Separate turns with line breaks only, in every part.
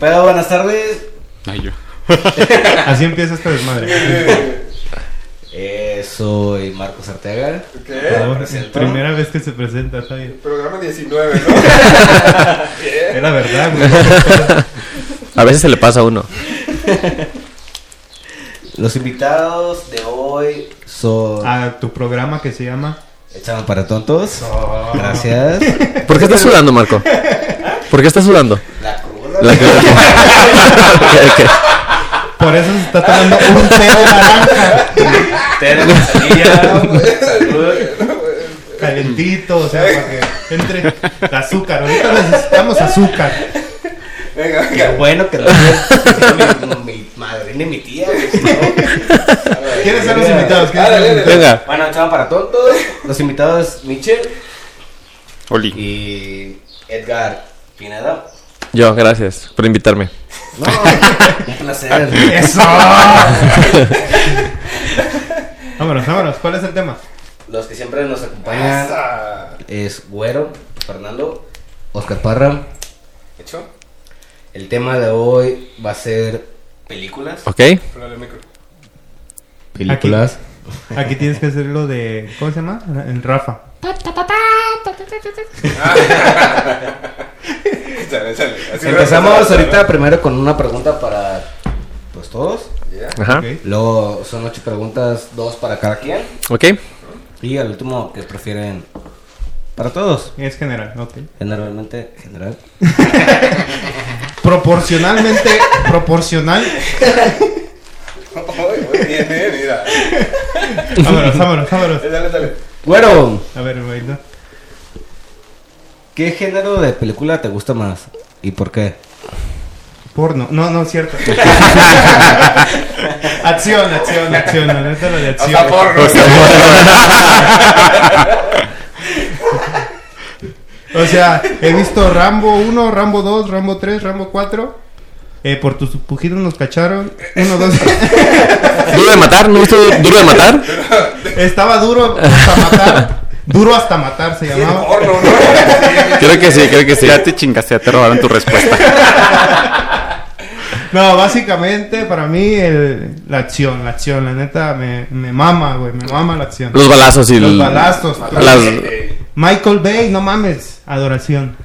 pedo? Buenas tardes.
Ay, yo.
Así empieza esta desmadre.
Eh, soy Marcos Arteaga.
Por favor,
Me
es la
presento.
primera vez que se presenta, Javier.
Programa 19, ¿no?
Es la verdad, güey.
A veces se le pasa a uno.
Los invitados de hoy son
A tu programa que se llama.
Echamos para tontos. Gracias.
¿Por qué estás sudando, Marco? ¿Por qué estás sudando?
La cruda.
La que- Ok, ok.
Por eso se está tomando un té de naranja
té de manzanilla, güey. Salud.
calentito, o sea, para que entre el azúcar. Ahorita necesitamos azúcar.
Venga, venga.
Qué bueno que lo mi, mi madrina y mi tía. güey, si no.
¿Quiénes son los invitados? ¿Quiénes son los
Dale, dale.
invitados?
Venga.
Bueno, Echamos para tontos. Los invitados Michel
Oli.
y Edgar Pineda.
Yo, gracias por invitarme.
No, un placer.
¡Eso! vámonos, vámonos. ¿Cuál es el tema?
Los que siempre nos acompañan es Güero, Fernando, Oscar Parra.
¿Hecho?
El tema de hoy va a ser películas.
¿Ok?
Pruébale el micro.
Películas. Aquí tienes que hacer lo de. ¿Cómo se llama? El Rafa.
Sale, sale. Así
Empezamos
representa,
ahorita primero con una pregunta para pues todos.
¿no? Ya.
Ajá.
Ok.
Luego son ocho preguntas, dos para cada quien.
¿Ok?
Y al último que prefieren para todos.
Es general, ok.
Generalmente, general.
Proporcionalmente, proporcional.
Ay, muy bien, eh, mira.
Vámonos, vámonos, vámonos.
Dale, dale.
Bueno,
A ver, baila.
¿qué género de película te gusta más? ¿Y por qué?
Porno. No, no, cierto. acción, acción, acción. La neta, lo de
O
acción.
sea, porno.
O sea, he visto Rambo 1, Rambo 2, Rambo 3, Rambo 4. Eh, por tus pujidos nos cacharon. Uno, dos.
¿Duro de matar? ¿No viste duro de matar?
Estaba duro hasta matar. Duro hasta matar se
Bien
llamaba.
porno, ¿no?
Creo que sí, creo que sí.
Ya te chingaste, ya te robaron tu respuesta.
No, básicamente para mí el- la acción, la acción, la neta me, me mama, güey, me mama la acción.
Los balazos y
Los
el-
balazos.
Las-
Eh,
Michael Bay, no mames, adoración.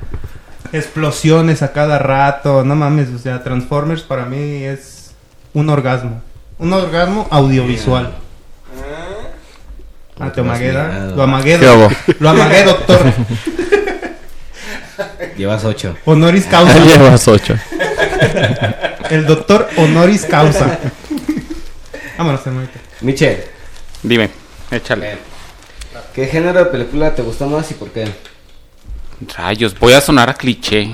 Explosiones a cada rato, no mames, o sea, Transformers para mí es un orgasmo. Un orgasmo audiovisual. Ah, te amagueda. Lo
¿Qué
amaguedo.
hubo?
Lo amagué, doctor.
Llevas ocho.
Honoris causa.
Ya Llevas ocho.
El doctor honoris causa. Vámonos, hermanito.
Michelle,
Dime, échale.
eh, ¿qué género de película te gusta más y por qué?
Rayos, voy a sonar a cliché.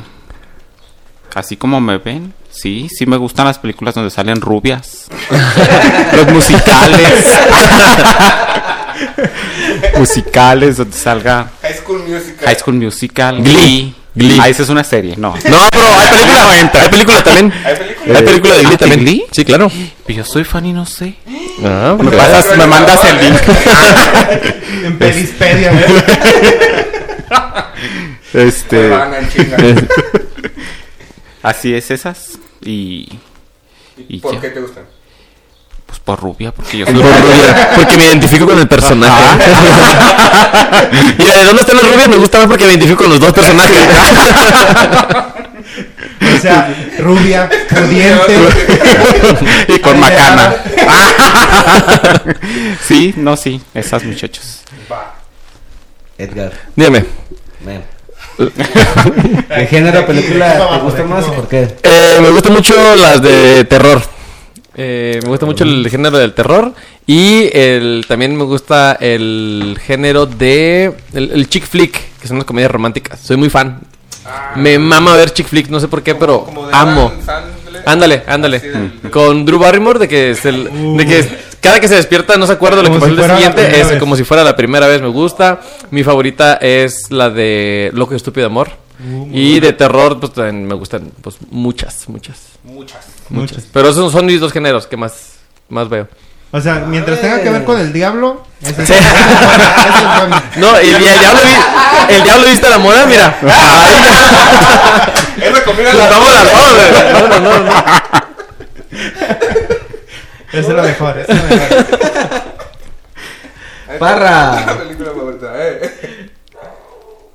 Así como me ven, sí, sí me gustan las películas donde salen rubias. Los musicales. musicales donde salga
High School Musical.
High School Musical,
Glee.
Glee.
Glee.
Ah, esa es una serie, no.
No, pero hay película. Hay película también.
¿Hay películas?
Hay película de Glee
¿Ah,
también.
Glee?
Sí, claro.
Yo soy fan y no sé.
Ah,
Me,
porque-
pasas- me mandas el link.
En Pelispedia, güey.
Este.
Van en chinga.
Así es esas. Y.
¿Y
y
¿Por
ya.
qué te gustan?
Pues por rubia, porque yo
Por
soy
rubia, porque me identifico con el personaje. Mira, ¿de dónde están las rubias? Me gusta más porque me identifico con los dos personajes.
O sea, rubia, pudiente.
y con
Ay,
macana. sí, no, sí, esas muchachos.
Va.
Edgar,
Dígame.
ven. ¿Qué género de película te gusta más y por qué?
Eh, me gustan mucho las de terror. Eh, me gusta mucho el género del terror. Y el, también me gusta el género de. El, el chick flick, que son las comedias románticas. Soy muy fan. Me mama ver chick flick, no sé por qué, pero
Como de
amo. Ah,
Dan Sandler.
Ándale, ándale.
Así del- del-
Con Drew Barrymore, de que, es el- de que es- cada que se despierta no se acuerda lo que
Como
pasó
si
el día
fuera la
siguiente.
primera
Es
vez.
como si fuera la primera vez, me gusta. Mi favorita es la de Loco y Estúpido Amor.
Uh,
y de terror, pues también me gustan pues, muchas, muchas,
Muchas.
muchas.
Muchas.
Pero esos son mis dos géneros que más, más veo.
O sea, mientras tenga que ver con el diablo, Ese es- ese es bueno.
No, el, el diablo, vi- el diablo viste a la moda, mira.
Él recomienda la
Juntamos las dos, güey. No, no, no, no.
Ese es lo mejor, ese es lo mejor.
Parra.
La película favorita, eh.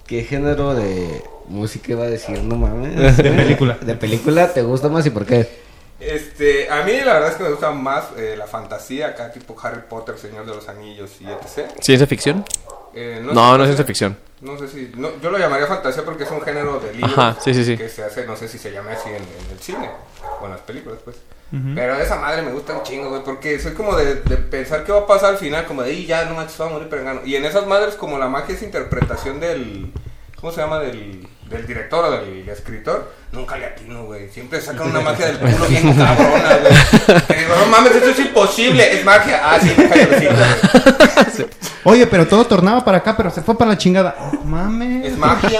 ¿Qué género de música iba a decir? No mames.
De película.
¿De película te gusta más y por qué?
Este, a mí la verdad es que me gusta más eh, la fantasía, acá tipo Harry Potter, Señor de los Anillos y etc.
¿Ciencia ficción?
Eh,
No, no es
sé-
ciencia ficción.
No sé si. no, yo lo llamaría fantasía porque es un género de libros
Ajá, sí, sí, sí.
que se hace, no sé si se llama así en, en el cine o en las películas, pues. Pero esa madre me gusta un chingo, güey, porque soy como de, de pensar qué va a pasar al final, como de, y ya, no manches, va a morir, pero gano. Y en esas madres, como la magia es interpretación del. ¿Cómo se llama? Del, del director o del escritor, nunca le atino, güey. Siempre sacan una magia del culo bien cabrona, güey. Que digo, no mames, esto es imposible, es magia. Ah, sí, cállate, sí, güey.
Oye, pero todo tornaba para acá, pero se fue para la chingada. Oh, mames.
es magia.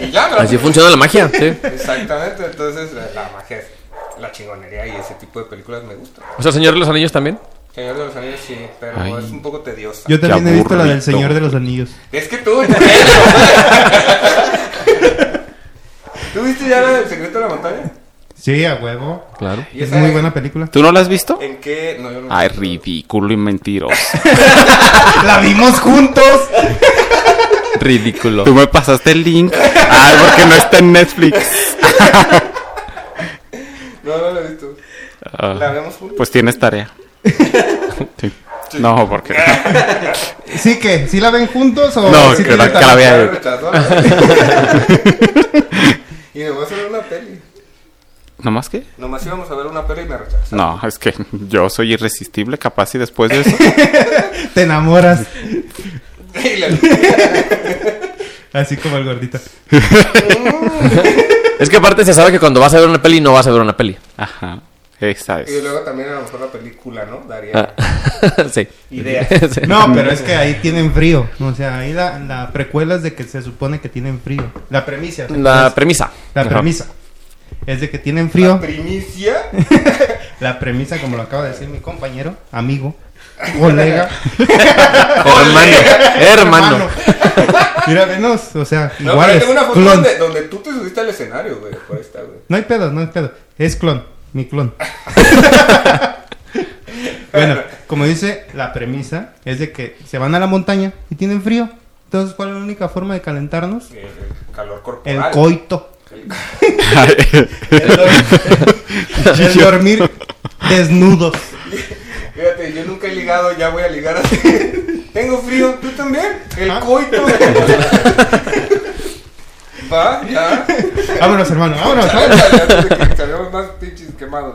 y ya, pues, güey.
Así funciona la magia, sí.
Exactamente, entonces la, la magia es la chingonería y ese tipo de películas me gusta.
O sea, Señor de los Anillos también.
Señor de los Anillos sí, pero
Ay.
es un poco tediosa.
Yo también he visto la del
aburrido.
Señor de los Anillos.
Es que tú, güey. ¿tú viste ya la del secreto de la montaña?
Sí, a huevo.
Claro.
¿Y
Es
esa
muy buena película.
¿Tú no la has visto?
¿En qué? No, yo no.
Eh, Ay, ridículo y mentiroso.
¡La vimos juntos!
Ridículo.
Tú me pasaste el link. Ay, porque no está en Netflix.
No, no la he visto.
Ah,
La vemos juntos.
pues tienes tarea. Sí. No, porque
¿Sí que? ¿Sí la ven juntos o
No,
sí
que la-
tiene-
que la vea yo.
Rechazó, ¿no? Y me voy a hacer una peli.
¿No más que?
Nomás íbamos a ver una peli y me rechazó.
No, es que yo soy irresistible, capaz y después de eso.
te enamoras?
Y la-
Así como el gordito.
Es que aparte se sabe que cuando vas a ver una peli no vas a ver una peli.
Ajá. Esa
Y
es.
luego también a lo mejor la película, ¿no? Daría
Ah. sí.
idea.
Sí.
No, pero es que ahí tienen frío. O sea, ahí la, la precuela es de que se supone que tienen frío. La premisa.
La premisa.
la
Ajá.
premisa. Es de que tienen frío.
Primicia.
La premisa, como lo acaba de decir mi compañero, amigo, colega,
Hermano. Hermano.
Mira, venos, o sea,
No,
igual
pero
es
tengo una foto
clon.
donde, donde tú te subiste al escenario, güey. Por esta, güey.
No hay pedo, no hay pedo. Es clon, mi clon. bueno, como dice, la premisa es de que se van a la montaña y tienen frío. Entonces, ¿cuál es la única forma de calentarnos?
El calor
El
corporal.
coito. El
Yo-
dormir desnudos.
Fíjate, yo nunca he ligado, ya voy a ligar así. tengo frío, tú también. El
Ah.
coito. Va, ya.
Vámonos, hermano, vámonos.
Ya,
vámonos.
ya, antes de que salgamos más pinches quemados.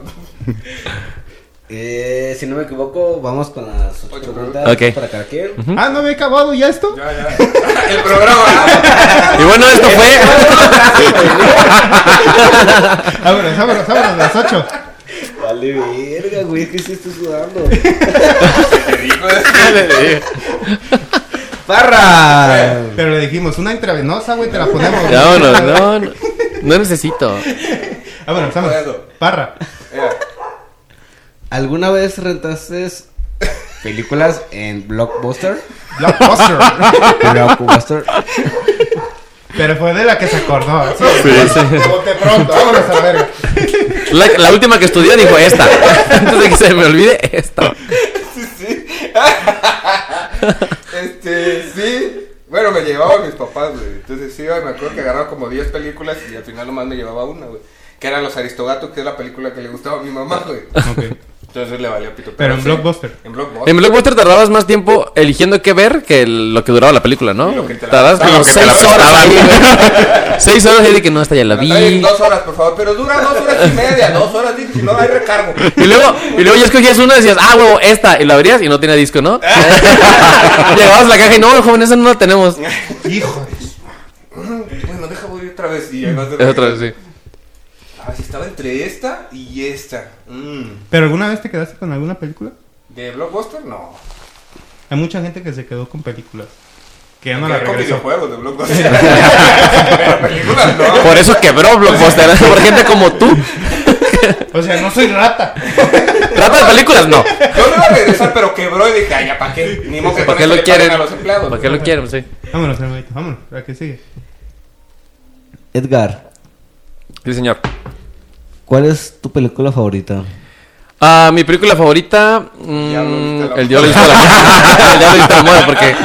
Eh, si no me equivoco, vamos con las ocho
Ocho
preguntas
Ok.
para cada quien.
Ah, ¿no había acabado ya esto?
Ya, ya. El programa.
Y bueno, esto fue.
Vámonos, vámonos, vámonos, las ocho.
Vale, verga, güey, que sí estoy sudando.
Te digo,
¡Parra!
Pero le dijimos, una intravenosa, güey, te la ponemos. güey.
No, no, no, no. No necesito.
Vámonos, vámonos.
Puedo.
Parra.
mira,
¿Alguna vez rentaste películas en Blockbuster?
Blockbuster.
Blockbuster.
Pero fue de la que se acordó. Sí,
sí.
Bote pronto, vámonos a la verga.
La, la última que estudió dijo esta. Antes de que se me olvide, esta.
Este, sí. Bueno, me llevaban mis papás, güey. Entonces, sí, me acuerdo que agarraba como 10 películas y al final nomás me llevaba una, güey. Que era Los Aristogatos, que es la película que le gustaba a mi mamá, güey. Entonces le valía pito.
Pero en
sí,
Blockbuster.
En Blockbuster.
En Blockbuster tardabas más tiempo eligiendo qué ver que el- lo que duraba la película, ¿no?
Y lo que te la- Ah,
Tardabas
lo
como
que te la
seis horas ahí, güey. Seis horas ahí de que no, esta ya la
La
vi.
traen Dos horas, por favor. Pero dura dos horas y media. Dos horas, dije, si no hay recargo.
Y luego, y luego ya escogías una y decías, ah, huevo, esta. Y la abrías y no tenía disco, ¿no? Llegabas a la caja y no, joven, esa no la tenemos.
Hijo.
Bueno, deja voy otra vez. Y ahí vas de
Es otra vez, sí.
A ver si estaba entre esta y esta. Mm.
¿Pero alguna vez te quedaste con alguna película?
¿De Blockbuster? No.
Hay mucha gente que se quedó con películas. Que ya no
Me
la
quedé con
regresó.
videojuegos de Blockbuster. Pero películas no.
Por eso quebró Blockbuster, por gente como tú.
O sea, no soy rata.
Trata de películas, no.
Yo me iba a regresar, pero quebró y dije, ay, ya, ¿para qué? Ni modo que
¿Para
con
qué
eso
lo
le
quieren?
paguen a los empleados.
¿Para qué lo quieren? Sí.
Vámonos, hermanito, vámonos. ¿A qué sigue?
Edgar,
Sí, señor.
¿cuál es tu película favorita?
Ah, mi película favorita. mm,
Diablo viste la-
el Diablo viste la moda. el Diablo viste la moda, porque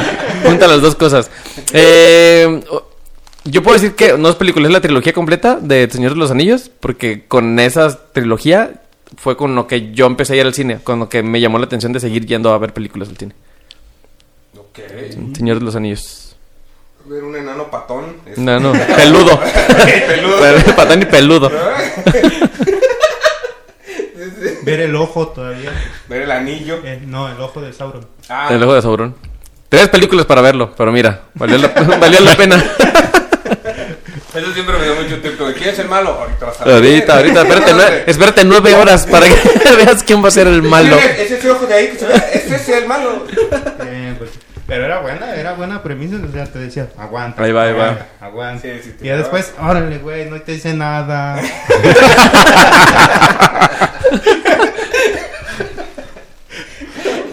junta las dos cosas. Eh, yo puedo decir que no es película, es la trilogía completa de El Señor de los Anillos, porque con esa trilogía fue con lo que yo empecé a ir al cine, con lo que me llamó la atención de seguir yendo a ver películas al cine.
Ok.
El Señor de los Anillos.
Ver un enano patón. es-
No, no, peludo.
Peludo.
Patán y peludo.
Ver el ojo todavía.
Ver el anillo.
Eh, no, el ojo de Sauron.
Ah,
El ojo de Sauron. Tres películas para verlo, pero mira, valió la, valió la pena.
eso siempre me dio mucho tiempo. ¿Quién es el malo? Ahorita vas a ver.
Ahorita, ahorita, espérate, nue- espérate nueve horas para que veas quién va a ser el malo.
Mira, Ese es el ojo de ahí. que se ve. Ese es el malo.
Eh, güey. Pero era buena, era buena premisa. O sea, te decía, aguanta.
Ahí va, ahí va.
aguanta, Aguanta.
Sí, sí, te
y ya
va.
después, órale, güey, no te hice nada.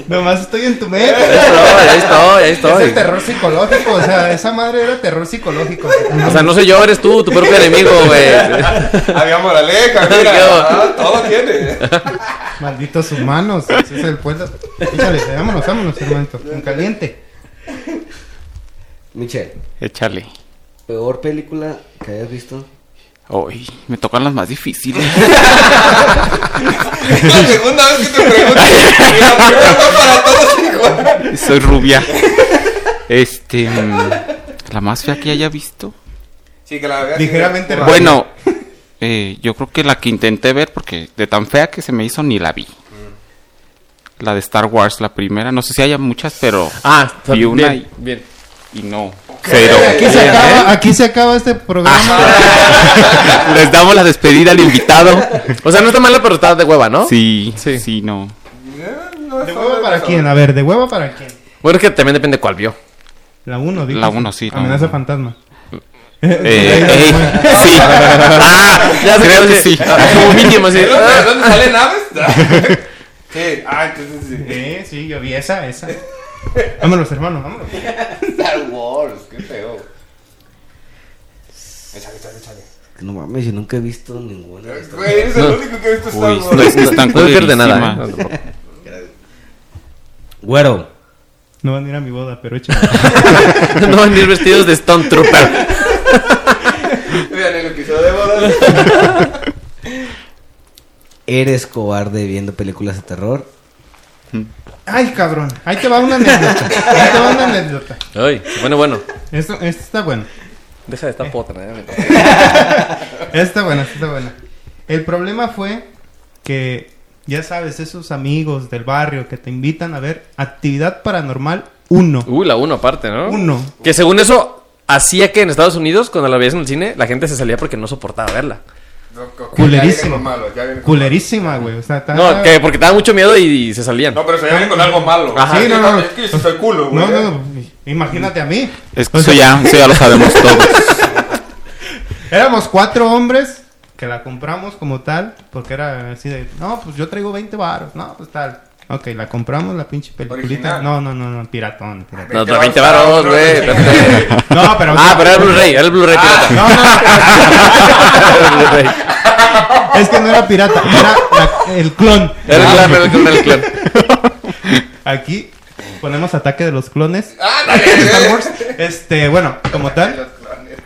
Nomás estoy en tu
Ahí
mente.
estoy, ahí estoy, ahí
Es el
estoy.
terror psicológico, o sea, esa madre era terror psicológico.
O sea, no soy yo, eres tú, tu propio enemigo, güey.
Había moraleja, mira.
¿Qué va?
Ah, todo tiene.
Malditos humanos, ese es el pueblo. Échale, vámonos, vámonos, hermanito. En caliente.
Michelle,
Échale.
¿peor película que hayas visto?
Uy, me tocan las más difíciles.
Es la segunda vez que te pregunto. Y la primera fue para todos igual.
Soy rubia. Este. mm, La más fea que haya visto.
Sí, que la verdad.
Ligeramente
sí,
raro.
Bueno, eh, yo creo que la que intenté ver, porque de tan fea que se me hizo, ni la vi. La de Star Wars, la primera. No sé si haya muchas, pero.
Ah, o sea,
Y una
bien, bien.
Y no. Pero. ah,
Aquí se
¿eh?
acaba, aquí se acaba este programa.
Les damos la despedida al invitado.
O sea, no está mala, pero está de hueva, ¿no?
Sí,
Sí.
sí, no.
Eh, no es
¿De
todo
hueva para
eso.
quién? A ver, ¿de hueva para quién?
Bueno, es que también depende cuál vio.
La 1, digo.
La uno, sí, la
Amenaza
uno.
fantasma.
Eh, ey, sí. Ah,
Ya sé
creo
cuál
que
es.
sí.
Ah, Como mínimo, sí.
¿De dónde, de dónde salen aves? sí, ah, entonces sí.
Eh, sí, yo vi esa, esa. Vámonos, hermano, vámonos.
Star Wars, qué feo. Échale, échale, échale.
No mames, yo nunca he visto ninguna. de estas.
Güey, eres el único que ha visto Star
Uy,
Wars.
no es que están
Ah. No se pierde nada.
culerísimas.
¿eh?
Güero,
No van a ir a mi boda, pero échale.
No van a ir vestidos de Stone Trooper.
Vean el episodio de bodas.
¿eres cobarde viendo películas de terror?
Ay, cabrón. Ahí te va una anécdota. Ahí te va una anécdota.
Ay, se pone bueno.
Esto, esto está bueno.
Deja de estar potra, eh.
Esta está buena, esta está buena. El problema fue que, ya sabes, esos amigos del barrio que te invitan a ver Actividad Paranormal 1.
Uy, la uno aparte, ¿no?
1.
Que según eso, hacía que en Estados Unidos, cuando la veías en el cine, la gente se salía porque no soportaba verla.
Culerísima.
malo, ya viene con-
Culerísima, güey. O sea, está-
No, que porque te daba mucho miedo y, y se salían.
No, pero se viene con algo malo.
Ajá.
Sí, no, no, no.
Es que eso es el culo, güey.
No, no, no, imagínate a mí.
Es que
O
eso
sea,
ya, eso ya lo sabemos todos.
Éramos cuatro hombres que la compramos como tal, porque era así de, no, pues yo traigo 20 baros, no, pues tal. Ok, la compramos la pinche peliculita.
Original.
No, no, no, no, piratón. piratón.
No,
20
la 20
varos,
varos, güey.
güey.
espérate.
No, pero... Ah,
Ah, pero era el Blu-ray, era el Blu-ray. pirata.
No, no,
Era el Blu-ray.
es que no era pirata, era la- el clon.
Era
Ah.
el clan, era el clan, era el clan.
Aquí ponemos ataque de los clones.
Ah, dale,
Star
güey.
Wars. Este, bueno, como tal,
Los clones.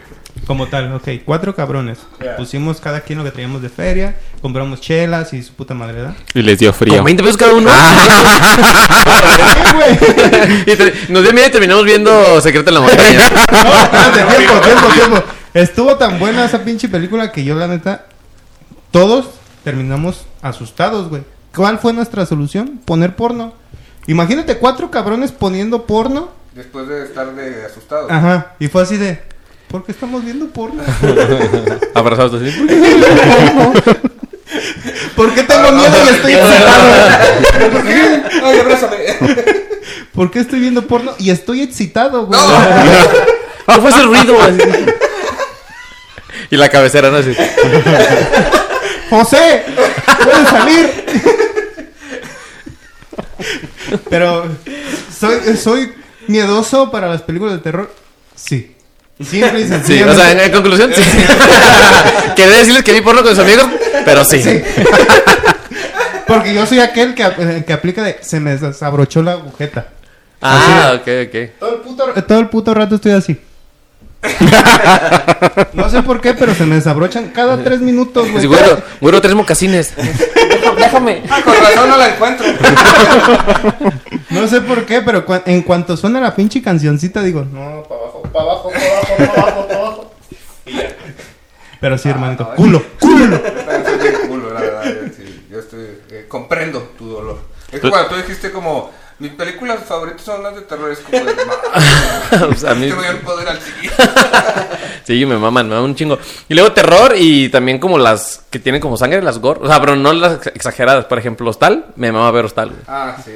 Como tal, ok, cuatro cabrones.
Ya.
Pusimos cada quien lo que traíamos de feria, compramos chelas y su puta madre, ¿verdad?
Y les dio frío.
Con 20 pesos cada uno. Ah. Y te- nos dio miedo y terminamos viendo Secreto en la Montaña.
No, espérate, Ah, tiempo, tiempo, tiempo. Estuvo tan buena esa pinche película que yo, la neta, todos terminamos asustados, güey. ¿Cuál fue nuestra solución? Poner porno. Imagínate cuatro cabrones poniendo porno.
Después de estar de asustado.
Ajá, y fue así de, ¿por qué estamos viendo porno?
Abrazados así.
¿Por qué tengo miedo y estoy excitado?
¿Por qué? Ay, abrázame.
¿Por qué estoy viendo porno y estoy excitado, güey?
¿Qué fue ese ruido? Así. Y la cabecera, ¿no? Así.
José, puedes salir. Pero soy, soy miedoso para las películas de terror. Sí. Simple y
Sí, o sea, en, en conclusión, sí. Quería decirles que vi porno con sus amigos, pero sí.
Sí. Porque yo soy aquel que, eh, que aplica de se me desabrochó la agujeta.
Ah, ok, ok.
Todo el puto, eh, todo el puto rato estoy así. no sé por qué, pero se me desabrochan cada tres minutos, güey.
Sí, güero, güero, tres mocasines. Déjame.
Ah, con razón no la encuentro.
No sé por qué, pero cua- en cuanto suena la pinche cancioncita, digo, no, para abajo, para abajo, para abajo, para abajo, para abajo. Y ya. Pero sí, hermanito,
no, eh.
culo, culo.
Yo también soy bien culo, la verdad. Yo, sí, yo estoy. eh, comprendo tu dolor. Es que cuando tú dijiste como. Mis películas favoritas son las de terror. Es como de. "Ma, este
O sea, a mí-
Te voy a poder al siguiente.
Sí, me maman, me maman un chingo. Y luego terror y también como las que tienen como sangre, las gore. O sea, pero no las ex- exageradas. Por ejemplo, Hostal, me mama ver Hostal. güey.
Ah, sí.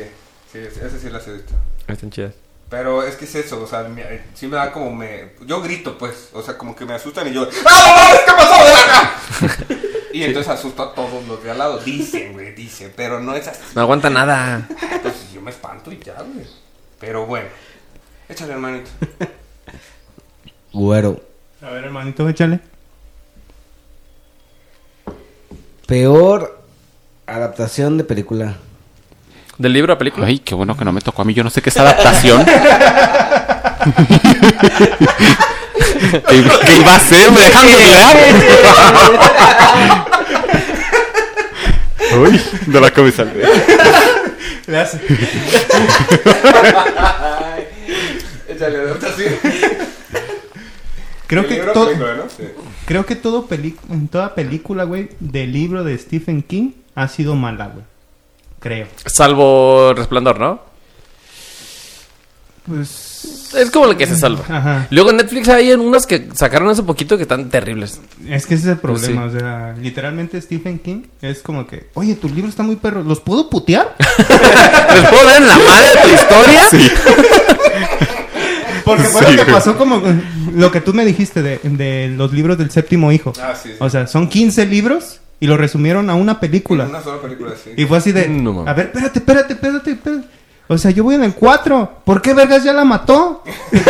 Sí, esa sí la he visto.
Están chidas.
Pero es que es eso, o sea, me- eh, sí me da como me... Yo grito, pues, o sea, como que me asustan y yo... ¡Ah, no mames, qué pasó de acá! y entonces asusto a todos los de al lado. Dicen, güey, dicen, pero no es así.
No aguanta nada.
Entonces yo me espanto y ya, güey. Pero bueno, échale, hermanito.
Güero.
A ver, hermanito, échale.
Peor adaptación de película.
¿Del libro a película?
Ay, qué bueno que no me tocó a mí. Yo no sé qué es adaptación. ¿Qué, qué iba a ser? ¿Me dejan googlear? Uy, de la cabeza.
Le hace.
Échale, ahorita sí.
Creo que,
El libro
todo,
película, ¿no? Sí.
creo que todo peli- en toda película, güey, del libro de Stephen King ha sido mala, güey. Creo.
Salvo Resplandor, ¿no?
Pues.
Es como la que se salva.
Ajá.
Luego en Netflix hay unas que sacaron hace poquito que están terribles.
Es que ese es el problema,
Pues
o sea, literalmente Stephen King es como que, oye, tus libros están muy perros, ¿los puedo putear?
¿Les puedo dar en la madre tu historia?
Sí.
Porque fue
Sí,
lo que
güey.
pasó como eh, lo que tú me dijiste de, de los libros del séptimo hijo.
Ah, sí, sí.
O sea, son 15 libros y lo resumieron a una película.
Una sola película, sí.
Y fue así de,
No, mames.
a ver, espérate, espérate, espérate, espérate. O sea, yo voy en el 4. ¿Por qué vergas ya la mató?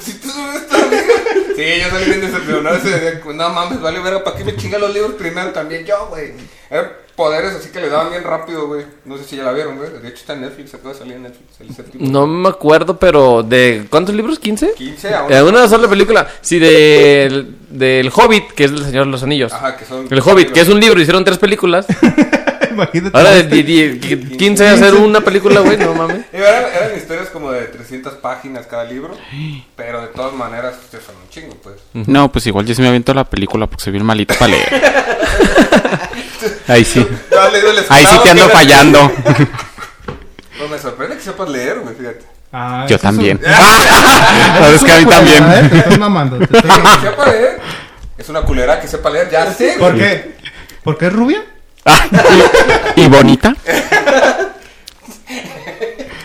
Si tú subes todo, amigo. Sí, yo salí bien decepcionado ese día, como, No mames, vale verga, ¿para qué me chingan los libros primero también yo, güey? Eran poderes así que le daban bien rápido, güey. No sé si ya la vieron, güey. De hecho está en Netflix, acaba de salir en Netflix. El séptimo.
No me acuerdo, pero ¿de cuántos libros? ¿15?
15 a
Eh, una sola película. Sí, del, del Hobbit, que es del Señor de los Anillos.
Ajá, que son.
El Hobbit, que es un libro, hicieron tres películas.
Imagínate. Este-
Ahora de die- die- qui- 15 hacer una película, güey, no mames.
Y Eran, eran historias como de 300 páginas cada libro. Pero de todas maneras, pues, son un chingo, pues.
No, pues igual yo sí me aviento la película porque soy bien malito para leer. Ahí sí.
Yo he leído el
Ahí sí
esclavo,
te ando
que-
fallando.
Pues me sorprende que sepas leer, güey, fíjate.
Ah, eso
Yo
es
también.
un-
Sabes
eso
que a mí
es una
también.
culera, ¿eh? Te estoy mamando. te estoy
Que
mamando.
sepa leer. Es una culera que sepa leer, ya sé.
¿Por
güey.
qué? ¿Por qué es rubia?
Ah, ¿Y, y bonita?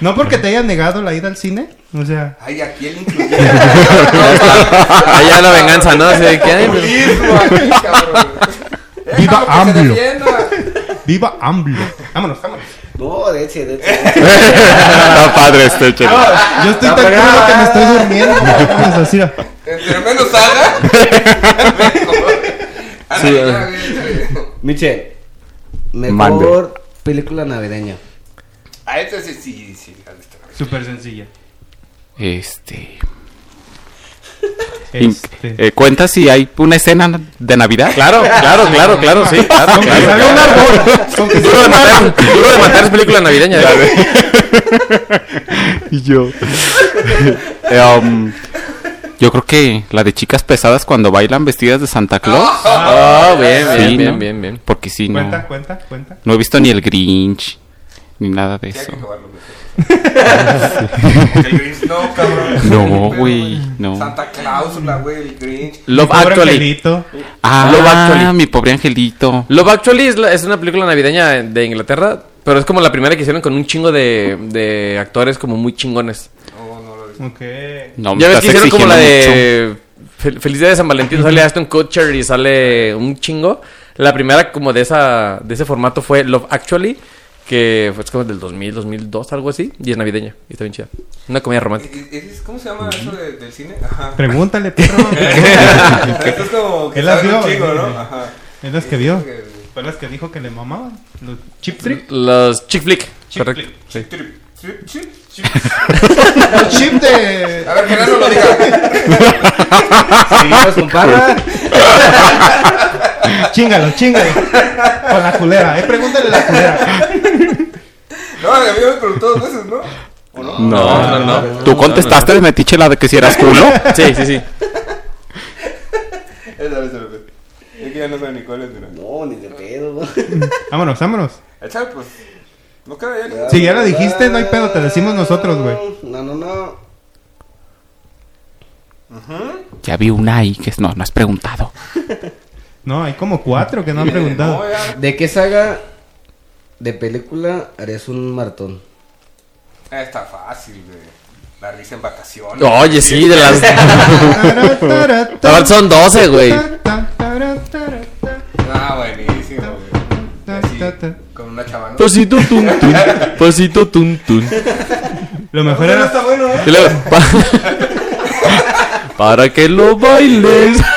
No porque te hayan negado la ida al cine. O sea,
Ay, aquí el incluyente.
Allá la venganza, ¿no? Así de que, ay, pero-
Populismo aquí, cabrón.
Viva
Déjalo que se
AMLO.
defienda.
viva AMBLO. Vámonos, vámonos.
No, de ese, de ese.
Está padre este chelo.
Yo estoy tan crudo que me estoy durmiendo. Vámonos así. mira.
Entre menos haga, mejor.
Sí, ah.
Ándale, ya, güey, ya, güey.
Michel, mejor
Mande.
película navideña.
A este sí, sí, sí. la de esta vez.
Súper sencilla.
Este.
Este.
Eh, cuenta si hay una escena de Navidad. Claro, claro, claro, claro, sí. Claro,
Aunque salga un árbol. Con que
Duro de
salga un árbol.
matar, duro de matar es película navideña. ¿eh? güey.
Y yo. Eh, um, yo creo que la de chicas pesadas cuando bailan vestidas de Santa Claus.
Oh, bien,
Sí,
bien,
¿no?
bien, bien, bien.
Porque si no.
Cuenta, cuenta, cuenta.
No he visto ni el Grinch. Ni nada de
Sí, hay
eso.
que acabarlo, güey. El Grinch no, cabrón.
No,
Pero,
güey, no.
Santa Clausula, güey, el Grinch.
Love
Pobre
Actually.
angelito.
Ah,
Love Actually.
mi pobre angelito.
Love Actually es, la- es una película navideña de Inglaterra, pero es como la primera que hicieron con un chingo de, de actores como muy chingones.
No, no lo vi.
Ok.
No, me
ya ves
estás
que hicieron como la
exigiendo mucho.
de Fel- Feliz Día de San Valentín, sale Aston Kutcher y sale un chingo. La primera como de esa de ese formato fue Love Actually, que fue es como del 2000, 2002, algo así, y es navideña, y está bien chida. Una comedia romántica.
¿Y- y- y- ¿E-, ¿Cómo se llama eso de- del cine? Ajá.
Pregúntale, Pedro.
Esto es como que
Él las
sabe un
vio,
chingo, ¿no?
güey.
Ajá. Este,
es las que vio.
Que-
Fue las que dijo que le mamaban. Los chip trick.
Los chick flick, correcto.
flick.
Sí.
Trip, trip, trip, trip.
Los chip de.
A ver, que no lo diga.
Seguimos con
Ah.
Parra.
Chingalo, chingalo. Con la culera, eh. Pregúntale a la culera.
No, a mí me preguntó dos veces, ¿no?
No,
no, no.
Tú contestaste de metiche la de que si eras culo.
Sí, sí, sí.
Esa vez, esa vez. Es que ya no sé ni cuál es, mira.
No, ni de pedo. güey.
Vámonos, vámonos.
Echar, pues. No queda ya ni-
Si ya lo dijiste, no hay pedo, te decimos nosotros, güey.
No, no, no.
Ya vi una ahí que es- no, no has preguntado.
No, hay como cuatro que no han preguntado.
No, ya.
¿De qué saga de película harías un maratón?
Ah, Está fácil, güey. La risa en vacaciones.
Oye, sí, de las. Ahora son 12, güey.
Ah, buenísimo, güey. Así, con una chavana.
Pasito tun tun. Pasito tun tun.
Lo mejor
Bueno,
era.
está bueno, ¿eh?
Y luego, pa- para que lo bailes.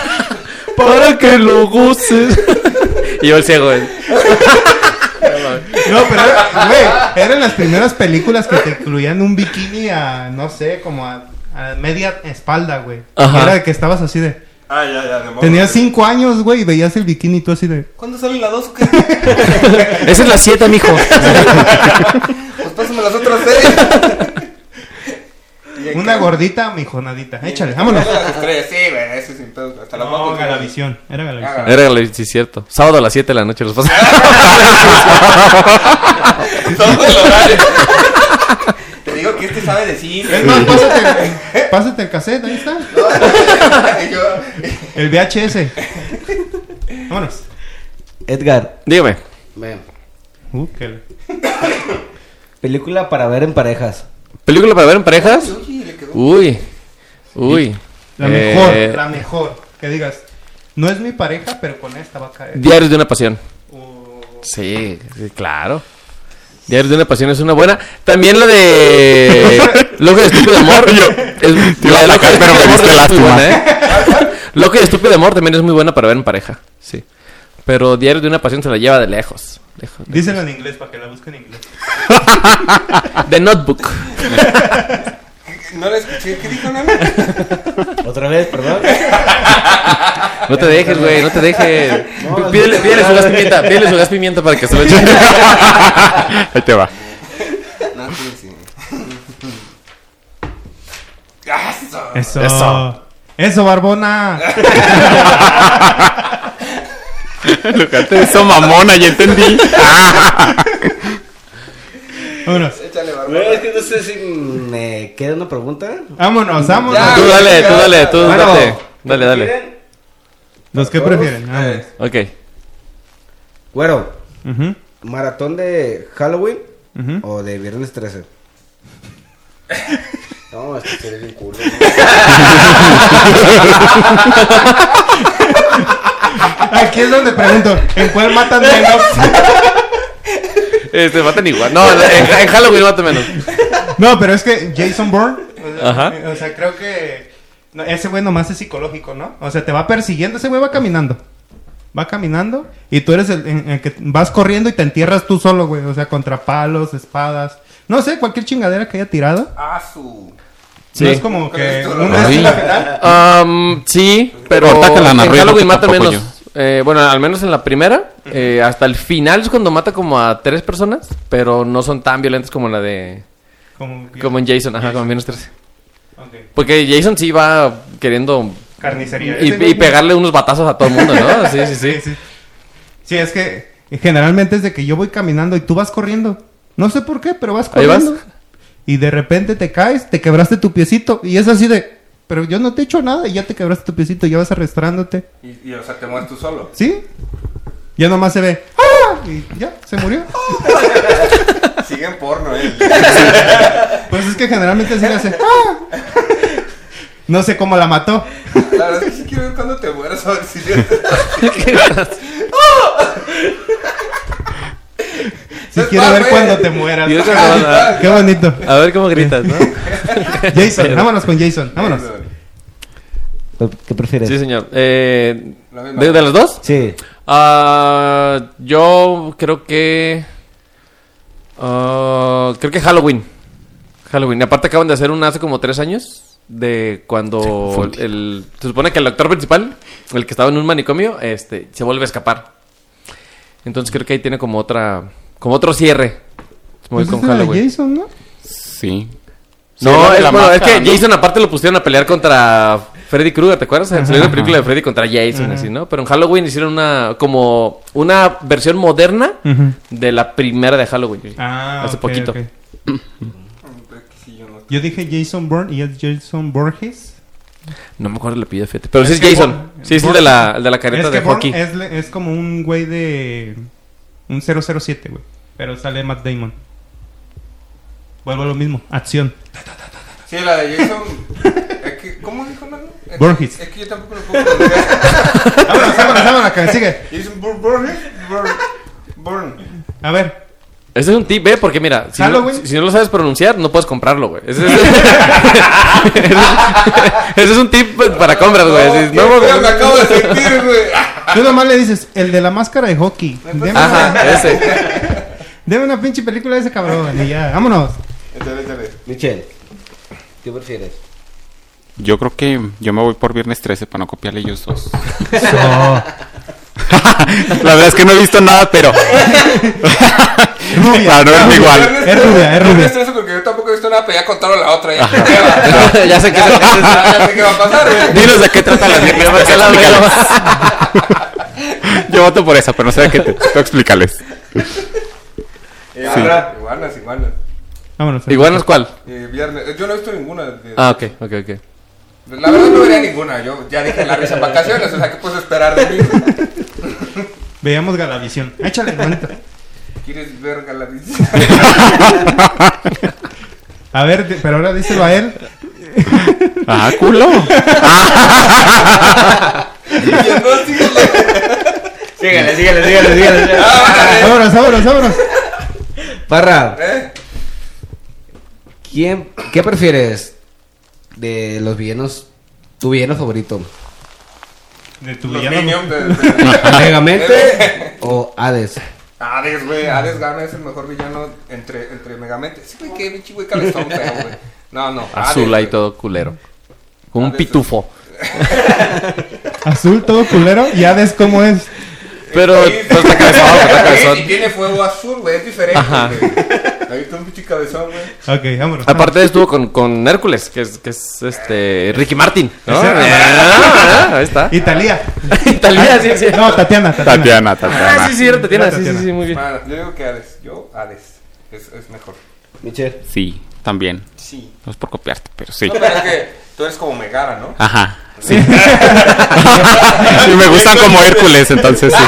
Para que lo goces. Y yo el ciego, güey.
No, pero era- güey, eran las primeras películas que te incluían un bikini a, no sé, como a, a media espalda, güey.
Ajá.
Era que estabas así de.
Ah, ya, ya, de modo.
Tenías cinco años, güey, y veías el bikini y tú así de.
¿Cuándo sale la 2 o qué?
Esa es la 7, mijo.
Pues pásame las otras seis. Y en
Una
ca-
gordita, mi jonadita. Échale, vámonos.
Las estrellas, sí, güey, eso sin pedo. Hasta las
No,
fotos.
Galavisión. Era Galavisión.
Era la- sí, cierto. Sábado a las 7 de la noche los pasan.
Todo el horario. Te digo que este sabe decir.
Es más, pásate, pásate el cassette, ahí está. El VHS. Vámonos.
Edgar,
Dígame.
ven.
Uh, qué-
Película para ver en parejas.
¿Película para ver en parejas?
Uy, le quedó.
Uy. Uy.
La mejor,
Eh,
la mejor. Que digas, no es mi pareja, pero con esta va a caer.
Diarios de una pasión.
Uh,
Sí, sí, claro. Diarios de una pasión es una buena. También la de Loco y Estúpido Amor. es-
iba a
de
atacar,
Loco y Estúpido
pero me diste
Amor es muy
lástima.
buena, ¿eh? Loco y Estúpido Amor también es muy buena para ver en pareja. Sí. Pero Diarios de una pasión se la lleva de lejos. lejos.
díselo en inglés para que la busquen en inglés.
The Notebook.
No le escuché. ¿Qué dijo Nana?
Otra vez, perdón.
No te dejes, güey, no te dejes.
No,
pídele,
no,
pídele su
no.
gas pimienta, pídele su gas pimienta para que se lo eche.
Ahí te va.
No, sí, sí.
Eso.
Eso.
Eso,
Eso.
Barbona.
Fíjate, eso mamona, ya entendí. Ah.
Vámonos.
Échale,
Güey, es
barbón.
que no sé si me queda una pregunta.
Vámonos, vámonos.
Ya.
Tú dale, tú dale, tú
Bueno,
dale. Dale, dale.
¿quieren?
Los que
¿Todos?
prefieren. vámonos.
Ok.
Güero,
Ujú,
maratón de Halloween
ujú.
o de viernes 13. No, este se ve bien culo.
Aquí es donde pregunto, ¿en cuál matan menos?
Este, matan igual. No, en, en Halloween matan menos.
No, pero es que Jason Bourne,
Ajá.
o sea, creo que no, ese güey nomás es psicológico, ¿no? O sea, te va persiguiendo, ese güey va caminando. Va caminando y tú eres el, en- el que vas corriendo y te entierras tú solo, güey. O sea, contra palos, espadas. No sé, cualquier chingadera que haya tirado.
Ah, su.
Sí.
No es como que
Esto,
un
¿no?
es
Ay.
la final.
Am, sí, pero
Ahorita que la
en
narré,
Halloween
no te
mata
tapo
menos. Eh, bueno, al menos en la primera. eh, hasta el final es cuando mata como a tres personas. Pero no son tan violentas como la de.
Como,
Como en Jason. Ajá, como en Viernes 13.
Ok.
Porque Jason sí va queriendo.
Carnicería.
Y,
Ese güey-
y pegarle unos batazos a todo el mundo, ¿no? Sí, sí,
Sí,
sí.
sí. Sí, es que generalmente es de que yo voy caminando y tú vas corriendo. No sé por qué, pero vas
Ahí vas.
corriendo. Y de repente te caes, te quebraste tu piecito. Y es así de, pero yo no te he hecho nada y ya te quebraste tu piecito, ya vas arrastrándote.
Y, y, o sea, te mueves tú solo.
¿Sí? Ya nomás se ve. ¡Ah! Y ya, se murió.
Sigue en porno, eh.
Pues es que generalmente así le hace. ¡Ah! No sé cómo la mató.
La verdad es que sí quiero ver cuando te mueras a ver si le-
Si quiero ver cuando te mueras.
Y eso no, no.
Qué bonito.
A ver cómo gritas, ¿no?
Jason, vámonos con Jason. Vámonos.
¿Qué prefieres?
Sí, señor. Eh,
La misma.
¿de, de los dos?
Sí.
Ah, yo creo que. ah, creo que Halloween. Halloween. Aparte, acaban de hacer un hace como tres años. De cuando
confundí.
el, se supone que el actor principal, el que estaba en un manicomio, este, se vuelve a escapar. Entonces creo que ahí tiene como otra, como otro cierre. Me voy
Pues
con
esa era
Halloween.
Jason, ¿no?
Sí.
No,
Sí,
es,
la
bueno, es que
máscara, ¿no?
Jason aparte lo pusieron a pelear contra Freddy Krueger, ¿te acuerdas? Salió una película de Freddy contra Jason, así, ¿no? Pero en Halloween hicieron una como una versión moderna
Ujú.
de la primera de Halloween.
Ah,
hace
ok,
poquito. Mm.
ok.
Sí, yo no-
Yo dije Jason Bourne y es Jason Borges.
No me acuerdo el apellido, fíjate. Pero sí es
Es que
Jason.
Bourne-
Sí, es el
Bourne-
de la, el de la
Es
careta de
que Bourne
hockey.
es, le- es como un güey de. Un 007, güey. Pero sale Matt Damon. Vuelvo a lo mismo. Acción.
Sí, la de Jason. es que- ¿Cómo dijo Manu? Es que-
Burgess.
Es que yo tampoco lo puedo pronunciar.
Vámonos, vámonos, vámonos, que me sigue.
Jason Bur- Burgess. Bur- Burn.
A ver.
Ese es un tip, ¿eh? Porque mira, si no,
Halloween.
si- si no lo sabes pronunciar, no puedes comprarlo, güey. Ese, ese- ese es un tip para compras, güey. Así,
No,
no,
tío,
güey.
me acabo de sentir, güey. Ah,
Tú nomás le dices, el de la máscara de hockey. Deme, una,
Ajá, ese.
deme una pinche película de ese cabrón. Y ya, vámonos.
Échale, échale.
Michelle, ¿qué prefieres?
Yo creo que yo me voy por viernes 13 para no copiarle ellos dos. la verdad es que no he visto nada, pero.
Rubia.
Ah,
para no verme igual.
Viernes
Es rubia, es rubia.
trece, viernes trece, porque yo tampoco he visto nada, pero ya contaron la otra. Ya,
ya sé que
Ya, ya- ya sé qué va a pasar.
Dinos de qué trata la viernes 13. explícales. Yo voto por esa, pero no sé de qué te. Tú explícales.
Iguanas, iguanas, iguanas.
Vámonos.
Iguanas cuál.
Eh, viernes. Yo no he visto ninguna. de-
Ah, ok, ok, ok.
La verdad no vería ninguna. Yo ya dije la risa en vacaciones, o sea, ¿qué puedes esperar de mí?
Veamos Galavisión. Échale, bonito.
¿Quieres ver Galavisión?
A ver, di- pero ahora díselo a él.
Ah, culo.
Viendo así,
Síguele, síguele, síguele, síguele.
Vámonos, vámonos, vámonos.
Parra,
¿eh?
¿quién, ¿qué prefieres de los villanos? Tu villano favorito.
De tu
Los
villano.
Minions de- de-
¿Megamente o Hades?
Hades, güey. Hades Garner es el mejor villano entre, entre Megamente. Sí, güey, qué bichi, güey, cabezón, feo, güey. No, no. Hades,
Azul ahí
güey.
todo culero. Como un
Hades,
pitufo.
Azul, todo culero. Y Hades, ¿cómo es?
Pero,
Sí, sí.
pero está cabezón, está
Y
cabezón.
tiene fuego azul, güey. Es diferente,
Ajá.
güey. Ahí está un bichi cabezón, güey.
Ok, vámonos.
Aparte estuvo con, con Hércules, que es, que es este Ricky Martin. ¿no?
Ese-
Ah, ahí está. Ah,
Italia.
Italia, sí, sí.
No, Tatiana, Tatiana.
Tatiana,
Ah,
Tatiana.
sí, sí, era Tatiana.
Era
Sí, sí,
Tatiana.
sí, muy bien.
Ah, yo digo que Hades. Yo, Hades. Es, es mejor.
Michelle.
Sí, también.
Sí.
No es por copiarte, pero sí.
No, pero es que tú eres como Megara, ¿no?
Ajá, sí. sí, me gustan como Hércules, entonces sí.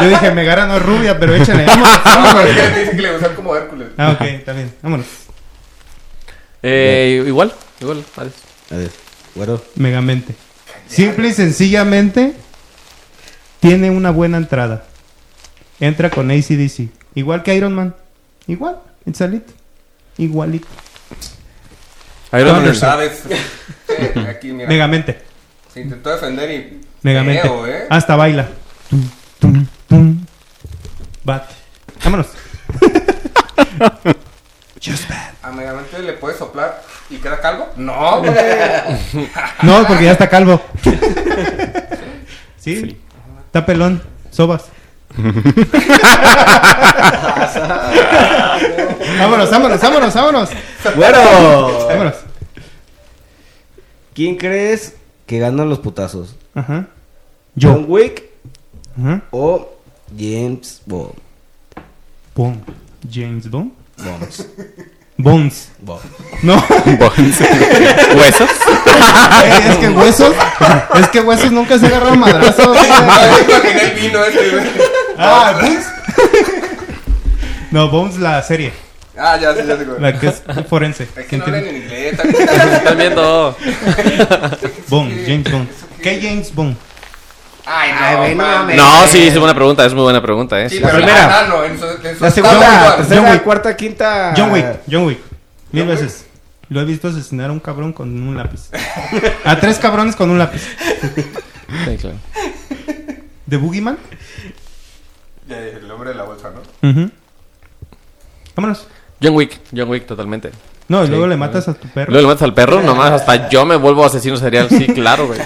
Yo dije, Megara no es rubia, pero échale. Vámonos,
Ah,
No, pero
vámonos.
es que dicen que le gustan como Hércules.
Ah, ok, está bien. Vámonos.
Eh, igual, igual. Hades.
Hades. Bueno.
Megamente. Simple y sencillamente tiene una buena entrada. Entra con ACDC. Igual que Iron Man. Igual, en salito. Igualito.
Iron Man.
Thunderstruck.
Hades. Sí, aquí, mira.
Megamente.
Se intentó defender y.
Megamente. Ah,
Feo, ¿eh?
Ah.
Hasta baila. Tum, tum, tum. Bat. Vámonos.
¿A Megamente le puedes soplar y queda calvo? No, güey.
No, porque ya está calvo. ¿Sí?
Sí.
Está pelón. Sobas. vámonos, vámonos, vámonos, vámonos.
Bueno.
Vámonos.
¿Quién crees que ganan los putazos?
Ajá.
¿John
Yo.
Wick
Ajá.
o James Bond?
Boom. James Bond.
Bones.
Bones.
Bond.
No,
Bones. ¿Huesos?
es que huesos. Es que huesos nunca se agarra madrazo.
Ay, me imaginé el vino ese, güey.
Ah, Bones. No, Bones la serie.
Ah, ya sé, ya sé, güey.
La que es forense.
Es que
¿Sí
no hablan
entiendes?
en inglés. también.
Están viendo.
Bones, James Bond. ¿Qué James Bond?
Ay, no,
Ay, güey, no mames.
mames.
No, sí, es buena pregunta, es muy buena pregunta, ¿eh?
Sí,
Sí,
pero
primera.
ah, no, en su- en su-
La segunda,
Ah,
tercera,
John Wick.
cuarta, quinta.
John Wick, John Wick. Mil
John Wick.
veces. Lo he visto asesinar a un cabrón con un lápiz. A tres cabrones con un lápiz.
sí, claro.
¿De Boogeyman?
eh, El hombre de la bolsa, ¿no?
Vámonos.
John Wick, John Wick, totalmente.
No, y
Sí,
luego le
claro.
matas a tu perro.
Luego le matas al perro, nomás hasta yo me vuelvo asesino serial. Sí, claro, güey.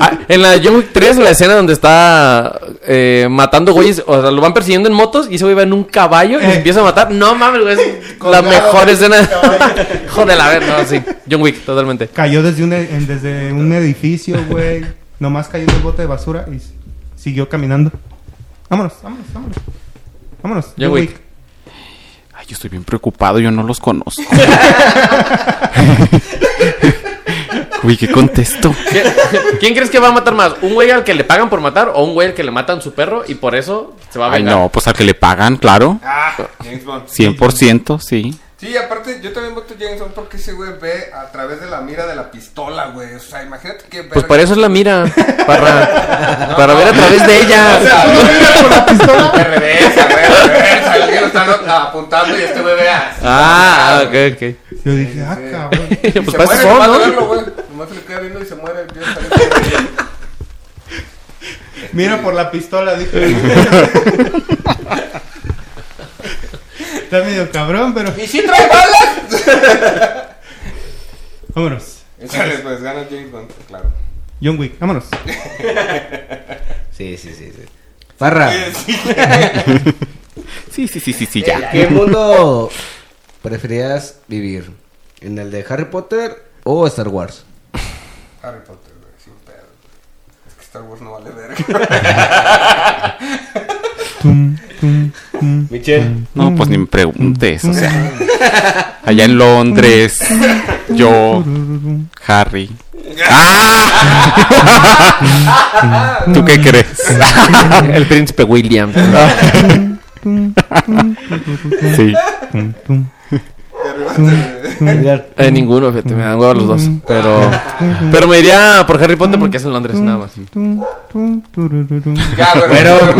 Ah, en la John Wick 3, la escena donde está eh, matando güeyes, o sea, lo van persiguiendo en motos y ese güey va en un caballo y
Eh.
empieza a matar. No mames, güey, es la
Colgado
mejor
de
escena. Joder, a ver, no, sí. John Wick, totalmente.
Cayó desde un, e- en- desde un edificio, güey. Nomás cayó en el bote de basura y s- siguió caminando. Vámonos, vámonos, vámonos. Vámonos.
John Wick.
Ay, yo estoy bien preocupado, yo no los conozco. Güey, ¿qué contesto?
¿Quién- ¿Quién crees que va a matar más? ¿Un güey al que le pagan por matar o un güey al que le matan su perro y por eso se va a
Ay,
vengar?
no, pues al que le pagan, claro.
Ah, James Bond.
100%, sí.
Sí, aparte, yo también voto James Bond porque ese güey ve a través de la mira de la pistola, güey. O sea, imagínate que.
Pues para eso es la mira, para, para ver a través de ella.
O sea, no mira con la pistola. De reversa, güey, de reversa. El tío lo está no- apuntando y este güey vea.
Ah, ah, ok, ok.
Yo dije, ah, cabrón.
Y
Pues
se
para eso son,
muere,
¿no?
nomás de verlo, güey. Nomás se le queda viendo y se muere el tío. sale.
Mira por la pistola, dije. Está medio cabrón, pero.
¿Y si trae balas?
Vámonos.
Échale, pues gana James Bond, claro.
John Wick, vámonos.
Sí, sí, sí, sí.
Ah.
Parra,
Sí, sí, sí, sí, sí,
¿en
ya.
qué mundo preferirías vivir? ¿En el de Harry Potter o Star Wars?
Harry Potter, güey, sin pedo. güey. Es que Star Wars no vale verga.
Michelle.
No, pues ni me preguntes, o sea. Allá en Londres, yo, Harry. ¡Ah! ¿Tú qué crees?
El príncipe William.
Sí.
Y arriba se-
Eh, ninguno, fíjate, me dan huevo los dos. Pero, pero me iría por Harry Potter porque es en Londres, nada más.
Ya, güey.
Pero-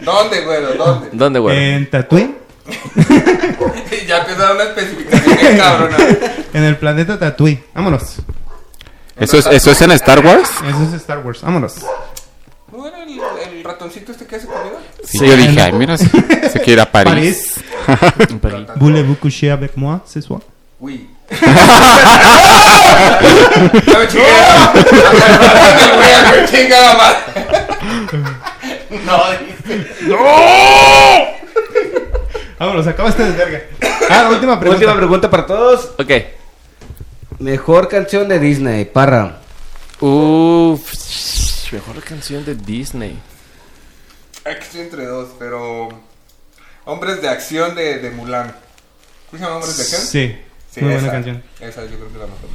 ¿Dónde, güey? ¿Dónde?
¿Dónde,
Eh.
güey?
En Tatooine,
ya empieza a dar una especificación bien cabrona.
en el planeta Tatooine. Vámonos.
¿Eso es, ¿Eso es en Star Wars?
Eso es Star Wars, vámonos.
¿No era el, el ratoncito este que hace comida?
Sí, yo dije, ay, mira, se, se quiere ir a París.
París.
Pero-
Voulez-vous coucher avec moi ce soir?
Uy. ¡Ah! ¡No me chingué! ¡No me güey, chingada madre! No, dice.
Vámonos, acaba este desverga. Ah, la última pregunta.
Última pregunta para todos.
Ok.
Mejor canción de Disney, Parra.
Uff. Mejor canción de Disney.
Aquí estoy entre dos, pero. Hombres de acción de, de Mulan. ¿Cómo se llama Hombres de acción?
Sí,
Sí,
muy buena
esa,
canción.
Esa yo creo que es la mejor.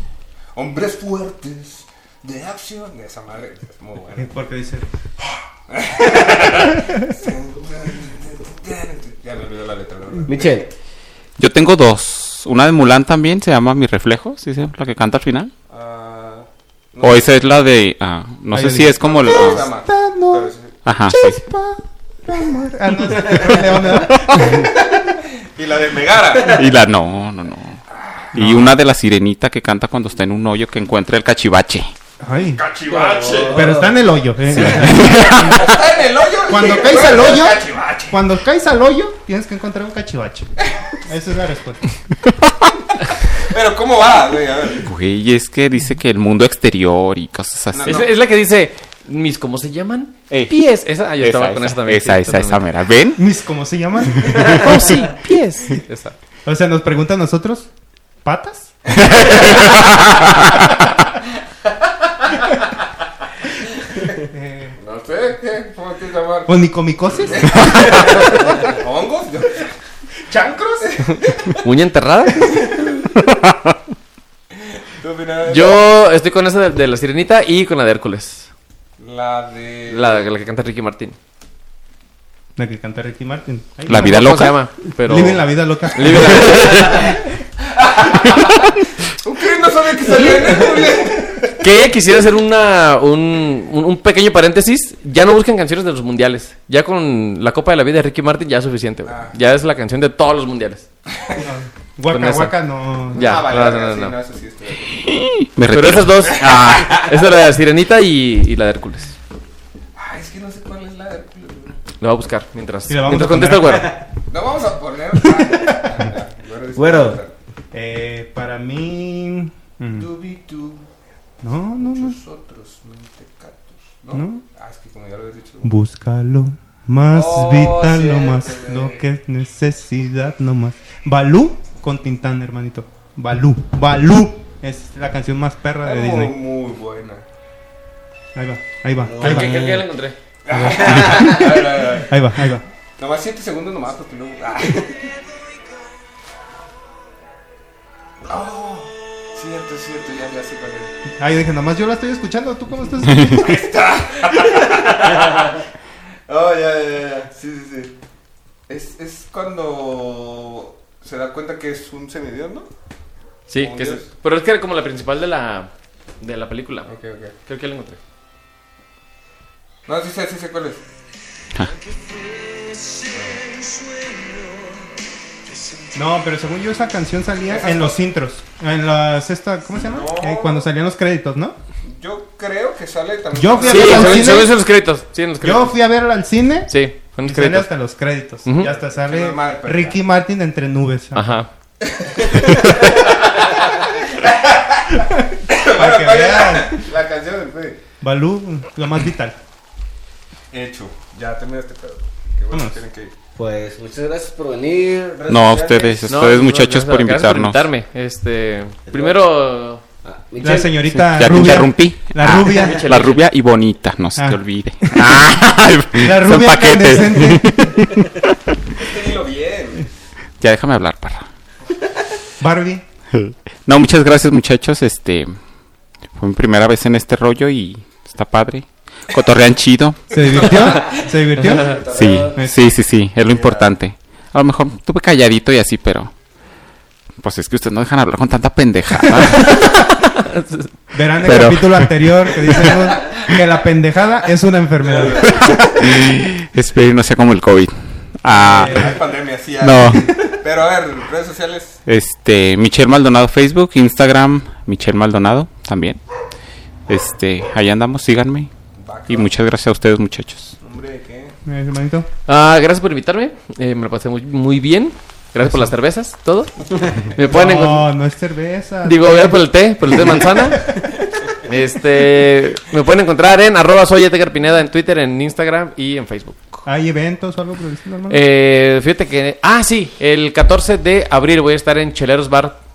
Hombres fuertes de acción. de Esa madre es muy buena.
Eh, Porque dice.
ya me olvidé la letra, la verdad.
Michelle.
Yo tengo dos. Una de Mulan también, se llama Mi Reflejo, ¿sí? sí, La que canta al final.
Ah, no
O
sé.
esa es la de... ah, no
Ay,
sé
yo
si
dije,
es como... la-
Está mal, pero sí.
Ajá, sí.
Ah, no, es el león, ¿verdad?
Y la de Megara.
Y la no, no, no. Y una de la sirenita que canta cuando está en un hoyo que encuentra el cachivache.
Ay,
Cachivache.
pero está en el hoyo. eh.
Está en el hoyo.
Cuando
Sí,
caes
güey,
al hoyo-
Cachivache.
Cuando caes al hoyo, tienes que encontrar un cachivache. Esa es la respuesta.
Pero ¿cómo va? güey? A ver.
Güey, es que dice que el mundo exterior y cosas así.
Es,
No.
es la que dice, mis, ¿cómo se llaman?
Ey.
Pies. Esa, ah, yo estaba
esa,
con
esa,
esa también.
esa,
sí,
esa, esa
totalmente.
mera. ¿Ven?
Mis, ¿cómo se llaman?
Oh, sí, pies. Esa.
O sea, nos preguntan nosotros, ¿patas?
No sé, ¿qué? ¿cómo te llamar?
¿O nicomicosis?
Pues-
¿Hongos? Yo- ¿Chancros?
¿Uña enterrada?
¿Tú opinas?
Yo estoy con esa de, de la sirenita y con la de Hércules.
La de.
La, la que canta Ricky Martín.
La que canta Ricky Martin. Ay,
La
no.
vida
¿Cómo se
loca.
llama? Pero...
Living la vida loca.
Living la vida.
¿Un qué? no sabía que salía en el
Que Que quisiera hacer una, un, un- un pequeño paréntesis. Ya no busquen canciones de los mundiales. Ya con la Copa de la Vida de Ricky Martin ya es suficiente, güey.
Ah.
Ya es la canción de todos los mundiales. Con
Guaca,
esa.
guaca, no.
Ya,
Ah, vale,
no,
verga,
no, no,
sí,
no.
eso sí estoy de acuerdo.
Me
Pero
retiro.
esas dos. ah, esa es la de Sirenita y, y la de Hércules.
Ah, es que no sé cuál es la de culo, güey.
Lo va a buscar mientras,
Y la vamos
mientras
a
contesta el
poner.
güero.
No vamos a poner. Ah, güero,
Güero.
Eh, para mí. mm,
Tú vi tú,
No, no, no.
muchos otros, no te catos. ¿No?
No.
Ah, es que como ya lo habías dicho.
Búscalo. Más
Oh,
vital,
cierto,
no más.
güey.
Lo que es necesidad, no más. Balú con Tintán, hermanito. Balú. Balú. Es la canción más perra de
Algo
Disney.
muy buena.
Ahí va, ahí va,
No,
ahí
Creo que- creo que
va.
ya la encontré.
Ay, ay, ay.
Ahí va, ahí va.
Nomás 7 segundos nomás porque luego. Ah. Oh, cierto, cierto, ya, ya sé cuál es.
Ahí dije, nomás yo la estoy escuchando. ¿Tú cómo estás?
Oh, ya, ya, ya, ya. Sí, sí, sí. Es, es cuando se da cuenta que es un semidios, ¿no?
Sí,
Oh,
que es-
Dios.
pero es que era como la principal de la, de la película.
Ok, ok.
Creo que ya la encontré.
No, sí sé, sí sé cuál es.
No, pero según yo esa canción salía en los intros. En las esta, ¿cómo se llama?
No.
Eh, cuando salían los créditos, ¿no?
Yo creo que sale también.
Yo fui a
Sí,
ver al
según,
cine.
según eso en los créditos. Sí, en los
Yo
créditos.
fui a verla al cine.
Sí, en los
Y sale
créditos.
hasta los créditos.
Ujú.
Y hasta sale
Qué normal, pero-
Ricky Martin entre nubes.
Ajá.
Para que
la,
vean.
la canción del Fede.
Balú, lo más vital.
Hecho, ya terminaste, pero. Qué bueno,
Vámonos.
tienen que ir.
Pues muchas gracias por venir. Redes
No, a
sociales.
ustedes, a
No,
ustedes
no,
muchachos
gracias
por
gracias
invitarnos.
invitarme. Este, primero,
Ah,
La
Michelle,
señorita
Ya te
rubia.
interrumpí.
La
Ah,
rubia.
Michelle.
La rubia y bonita, no se
Ah.
te olvide. Ah,
La
son
rubia
paquetes.
incandescente.
Es que dilo bien.
Ya déjame hablar, parra.
Barbie.
No, muchas gracias muchachos. Este fue mi primera vez en este rollo y está padre. Cotorrean chido.
¿Se divirtió? ¿Se divirtió?
Sí, sí, sí, sí, es lo importante. A lo mejor tuve calladito y así, pero pues es que ustedes no dejan hablar con tanta pendejada.
Verán el
Pero-
capítulo anterior que dice algo, que la pendejada es una enfermedad.
Espero y no sea como el COVID. Ah,
Eh,
No Eh, hay pandemia, sí. ya.
no.
Pero a ver, redes sociales.
Este, Michelle Maldonado Facebook, Instagram, Michelle Maldonado también. Este, ahí andamos, síganme.
va, que
Y
va.
muchas gracias a ustedes, muchachos.
Hombre, ¿qué?
Eh, hermanito.
ah, gracias por invitarme. Eh, me lo pasé muy, muy bien. Gracias por las cervezas, todo. Me pueden encontrar.
No, no es cerveza.
Digo, gracias por el té, por el té de manzana. Este, me pueden encontrar en arroba soy Edgar Pineda en Twitter, en Instagram y en Facebook.
¿Hay eventos o algo por el estilo, hermano?
Eh, fíjate que. Ah, sí, el 14 de abril voy a estar en Cheleros Bar.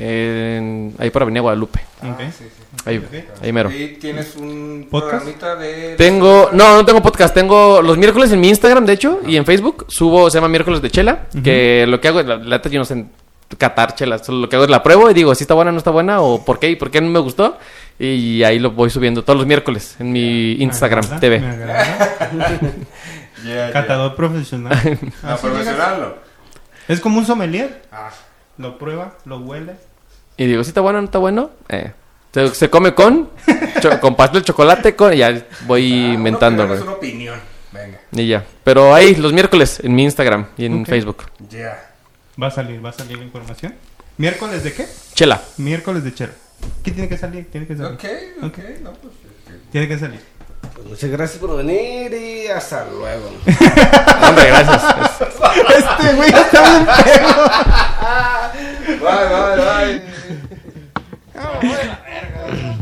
en- ahí por Avenida Guadalupe.
Ok.
Ah, sí, sí.
Ahí, ahí mero.
Y tienes un
¿Podcast?
programita de.
Tengo, no, no tengo podcast, tengo los miércoles en mi Instagram, de hecho, y en Facebook, subo, se llama Miércoles de Chela, que lo que hago, es la la neta yo no sé catar chelas, solo lo que hago es la pruebo y digo si está buena, no está buena, o por qué, y por qué no me gustó, y ahí lo voy subiendo todos los miércoles en mi Instagram
Me agrada,
TV.
me agrada.
Yeah, yeah.
Catador profesional.
No,
Así llega.
profesional no.
Es como un sommelier.
Ah,
Lo prueba, lo huele.
Y digo si está buena, no está bueno, eh, se, se come con, cho- con pastel de chocolate, con, y ya
Ah,
voy inventando,
Es
güey.
una opinión. Venga,
y ya, pero ahí los miércoles en mi Instagram y en
Ok.
Facebook,
ya.
Va a salir, va a salir la información. ¿Miércoles de qué?
Chela.
Miércoles de chero. ¿Qué tiene que salir? Tiene que salir.
Ok, ok, no, pues.
Tiene que salir.
pues, muchas gracias por venir y hasta luego.
Hombre, gracias.
Este güey está bien pedo.
Bye, bye, bye.